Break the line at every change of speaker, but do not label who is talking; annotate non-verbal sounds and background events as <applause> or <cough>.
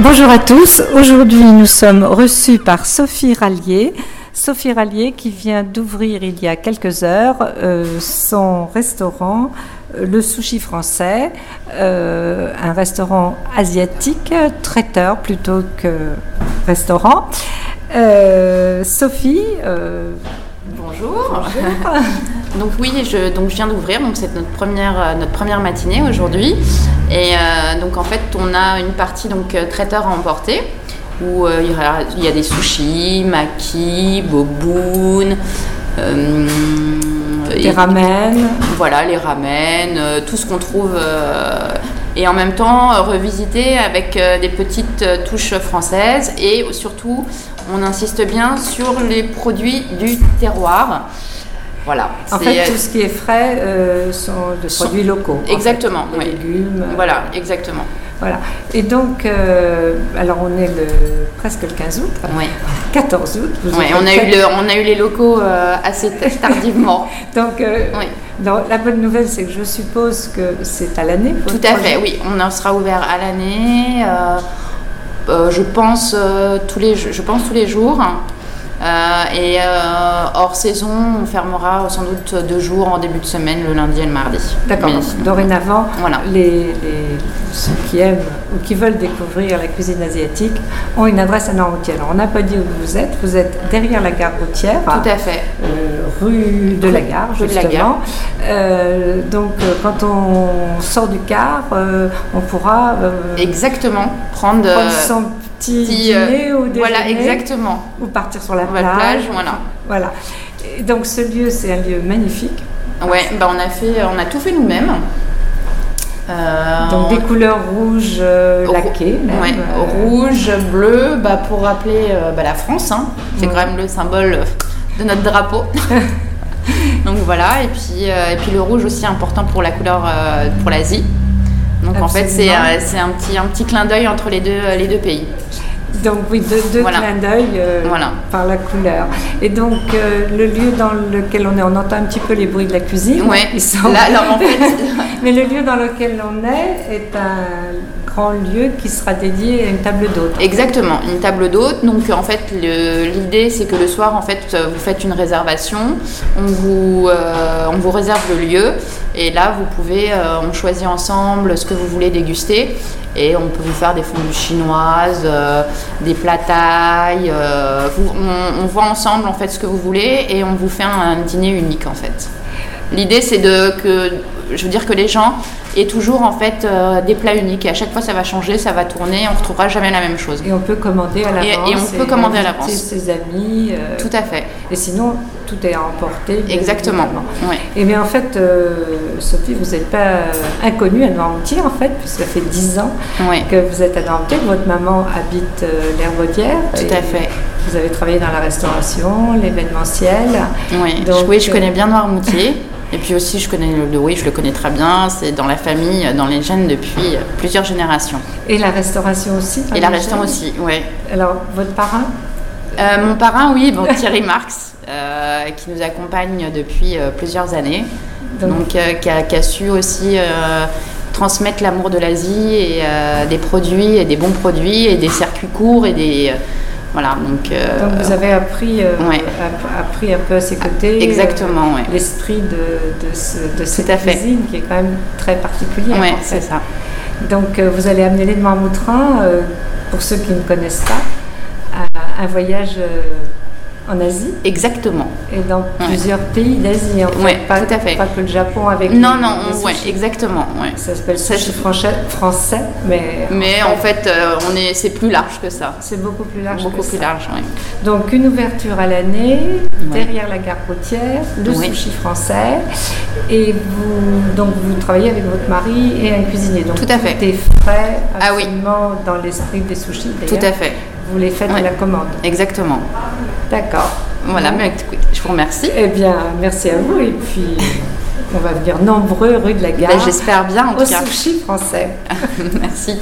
Bonjour à tous. Aujourd'hui, nous sommes reçus par Sophie Rallier. Sophie Rallier qui vient d'ouvrir il y a quelques heures euh, son restaurant euh, Le Sushi Français, euh, un restaurant asiatique, traiteur plutôt que restaurant. Euh, Sophie, euh, bonjour.
<laughs> Donc oui, je, donc je viens d'ouvrir, donc c'est notre première, euh, notre première matinée aujourd'hui. Et euh, donc en fait, on a une partie donc euh, traiteur à emporter où euh, il y aura- il y, a des sushis, maki, boboon, euh,
Des
et-
ramen.
voilà, les ramen, euh, tout ce qu'on trouve. euh, et en même temps, euh, revisiter avec euh, des petites euh, touches françaises. Et surtout, on insiste bien sur les produits du terroir. Voilà.
En
c'est- euh,
fait, tout ce qui est frais euh, sont de
Sont-
produits locaux. en fait.
Exactement,
Des
oui.
légumes. euh,
Voilà, exactement.
Voilà. Et donc, euh, alors on est le, presque le 15 août,
Ouais.
14 août. vous
Ouais,
aurez
on, a eu
peut-être-
le- on a eu les locaux euh, assez t- tardivement.
Donc, euh,
Oui.
non, la bonne nouvelle, c'est que je suppose que c'est à l'année. votre
Tout à
projet.
fait, oui. On en sera ouvert à l'année. euh, euh, je, pense, euh, tous les, je je pense tous les jours. Euh, et euh, hors saison, on fermera sans doute deux jours en début de semaine, le lundi et le mardi.
D'accord.
Mais-
donc, dorénavant,
Voilà.
les, les- ceux qui aiment ou qui veulent découvrir la cuisine asiatique ont une adresse à Noirmoutier. Alors, on n'a pas dit où vous êtes. Vous êtes derrière la gare routière.
Tout à fait.
euh, rue de la Gare,
Rue de la
justement.
Gare.
Euh, donc, euh, quand on sort du car, euh, on pourra euh,
Exactement. Prendre. euh,
prendre son petit
petit, euh,
dîner ou déjeuner,
voilà, exactement.
ou partir sur la
On va à
plage.
la plage, voilà.
Voilà. Et donc, ce lieu, c'est un lieu magnifique.
Ouais, bah on a fait, on a tout fait nous-mêmes. Euh,
Donc,
on-
des couleurs rouges euh,
Rou-
laquées, même.
Ouais,
euh,
rouge, bleu, bah, pour rappeler euh, bah, la France. hein. C'est
Ouais.
quand même le symbole euh, de
<laughs>
notre drapeau. Donc voilà, et puis, euh, et puis le rouge aussi important pour la couleur euh, pour l'Asie. Donc en fait, c'est
Absolument.
euh, c'est un petit, un petit clin d'œil entre les deux, euh, les deux pays.
Donc, oui, deux, deux
Voilà.
clins d'œil euh, <laughs>
Voilà.
par la couleur. Et donc, euh, le lieu dans lequel on est, on entend un petit peu les bruits de la cuisine.
Ouais.
Ils sont
Là, alors, en fait,
<laughs> Mais le lieu dans lequel on est est un grand lieu qui sera dédié à une table d'hôte.
Exactement, une table d'hôte. Donc euh, en fait, le- l'idée c'est que le soir, en fait, euh, vous faites une réservation, on vous, euh, on vous réserve le lieu, et là vous pouvez, euh, on choisit ensemble ce que vous voulez déguster, et on peut vous faire des fondues chinoises, euh, des plats thaï, euh, vous- on, on voit ensemble en fait ce que vous voulez, et on vous fait un, un dîner unique en fait. L'idée c'est de que, je veux dire que les gens aient toujours en fait euh, des plats uniques, et à chaque fois ça va changer, ça va tourner, on ne retrouvera jamais la même chose.
Et on peut commander à
Et- et
l'avance.
on peut commander à
inviter
l'avance.
ses amis. euh,
Tout à fait,
Et sinon, tout est à emporter. bien
exactement.
évidemment.
Ouais.
Et bien en fait, euh, Sophie, vous n'êtes pas euh, inconnue à Noirmoutier en fait, puisque ça fait 10 ans
Ouais.
que vous êtes à Noirmoutier, que votre maman habite euh, l'Herbaudière.
Tout à fait.
Vous avez travaillé dans la restauration, l'événementiel.
Oui.
Donc,
Je- oui, je
euh,
connais bien Noirmoutier. Et puis aussi, je connais le le- oui, je le connais très bien. C'est dans la famille, euh, dans les gènes depuis euh, plusieurs générations.
Et la restauration aussi. dans
Et la
les
restauration
jeunes.
aussi, oui.
Alors, votre parrain
Euh, mon parrain, oui, bon, <laughs> Thierry Marx, euh, qui nous accompagne depuis euh, plusieurs années.
Donc-
Donc, euh, qui, a, qui a su aussi euh, transmettre l'amour de l'Asie et euh, des produits, et des bons produits, et des circuits courts, et des. euh, voilà, donc. euh,
Donc vous avez appris, euh,
ouais.
app- appris un peu à ses côtés.
Exactement, ouais.
euh, L'esprit de, de, ce- de cette
à fait.
cuisine qui est quand même très particulière.
ouais,
en fait.
c'est ça.
Donc euh, vous allez amener les marmoutrins, euh, pour ceux qui ne connaissent pas, à un voyage euh, en Asie
Exactement.
et dans plusieurs pays d'Asie. En fait.
Ouais,
pas,
tout à fait.
Pas que le Japon avec.
Non,
les-
non,
les
on- ouais,
sushis.
exactement. Ouais.
Ça s'appelle
Ça, Mm.
sushi
je-
français, français, mais.
Mais en fait, euh, on est, c'est plus large que ça.
C'est beaucoup plus large.
Beaucoup
que
plus
ça.
large, oui.
Donc une ouverture à l'année,
Ouais.
derrière la gare routière, le
Ouais.
sushi français. Et vous, donc vous travaillez avec votre mari et un cuisinier. Donc
Tout à fait.
Des frais
Ah oui.
absolument dans l'esprit des sushis.
Tout à
d'ailleurs.
fait,
Vous les faites à
Ouais.
la commande.
exactement.
D'accord.
Voilà, mais écoute, je vous remercie.
Eh bien, merci à vous. Et puis, on va venir nombreux rue de la gare
Ben, J'espère bien, Ben, en
au
tout cas.
sushi français.
<laughs> Merci.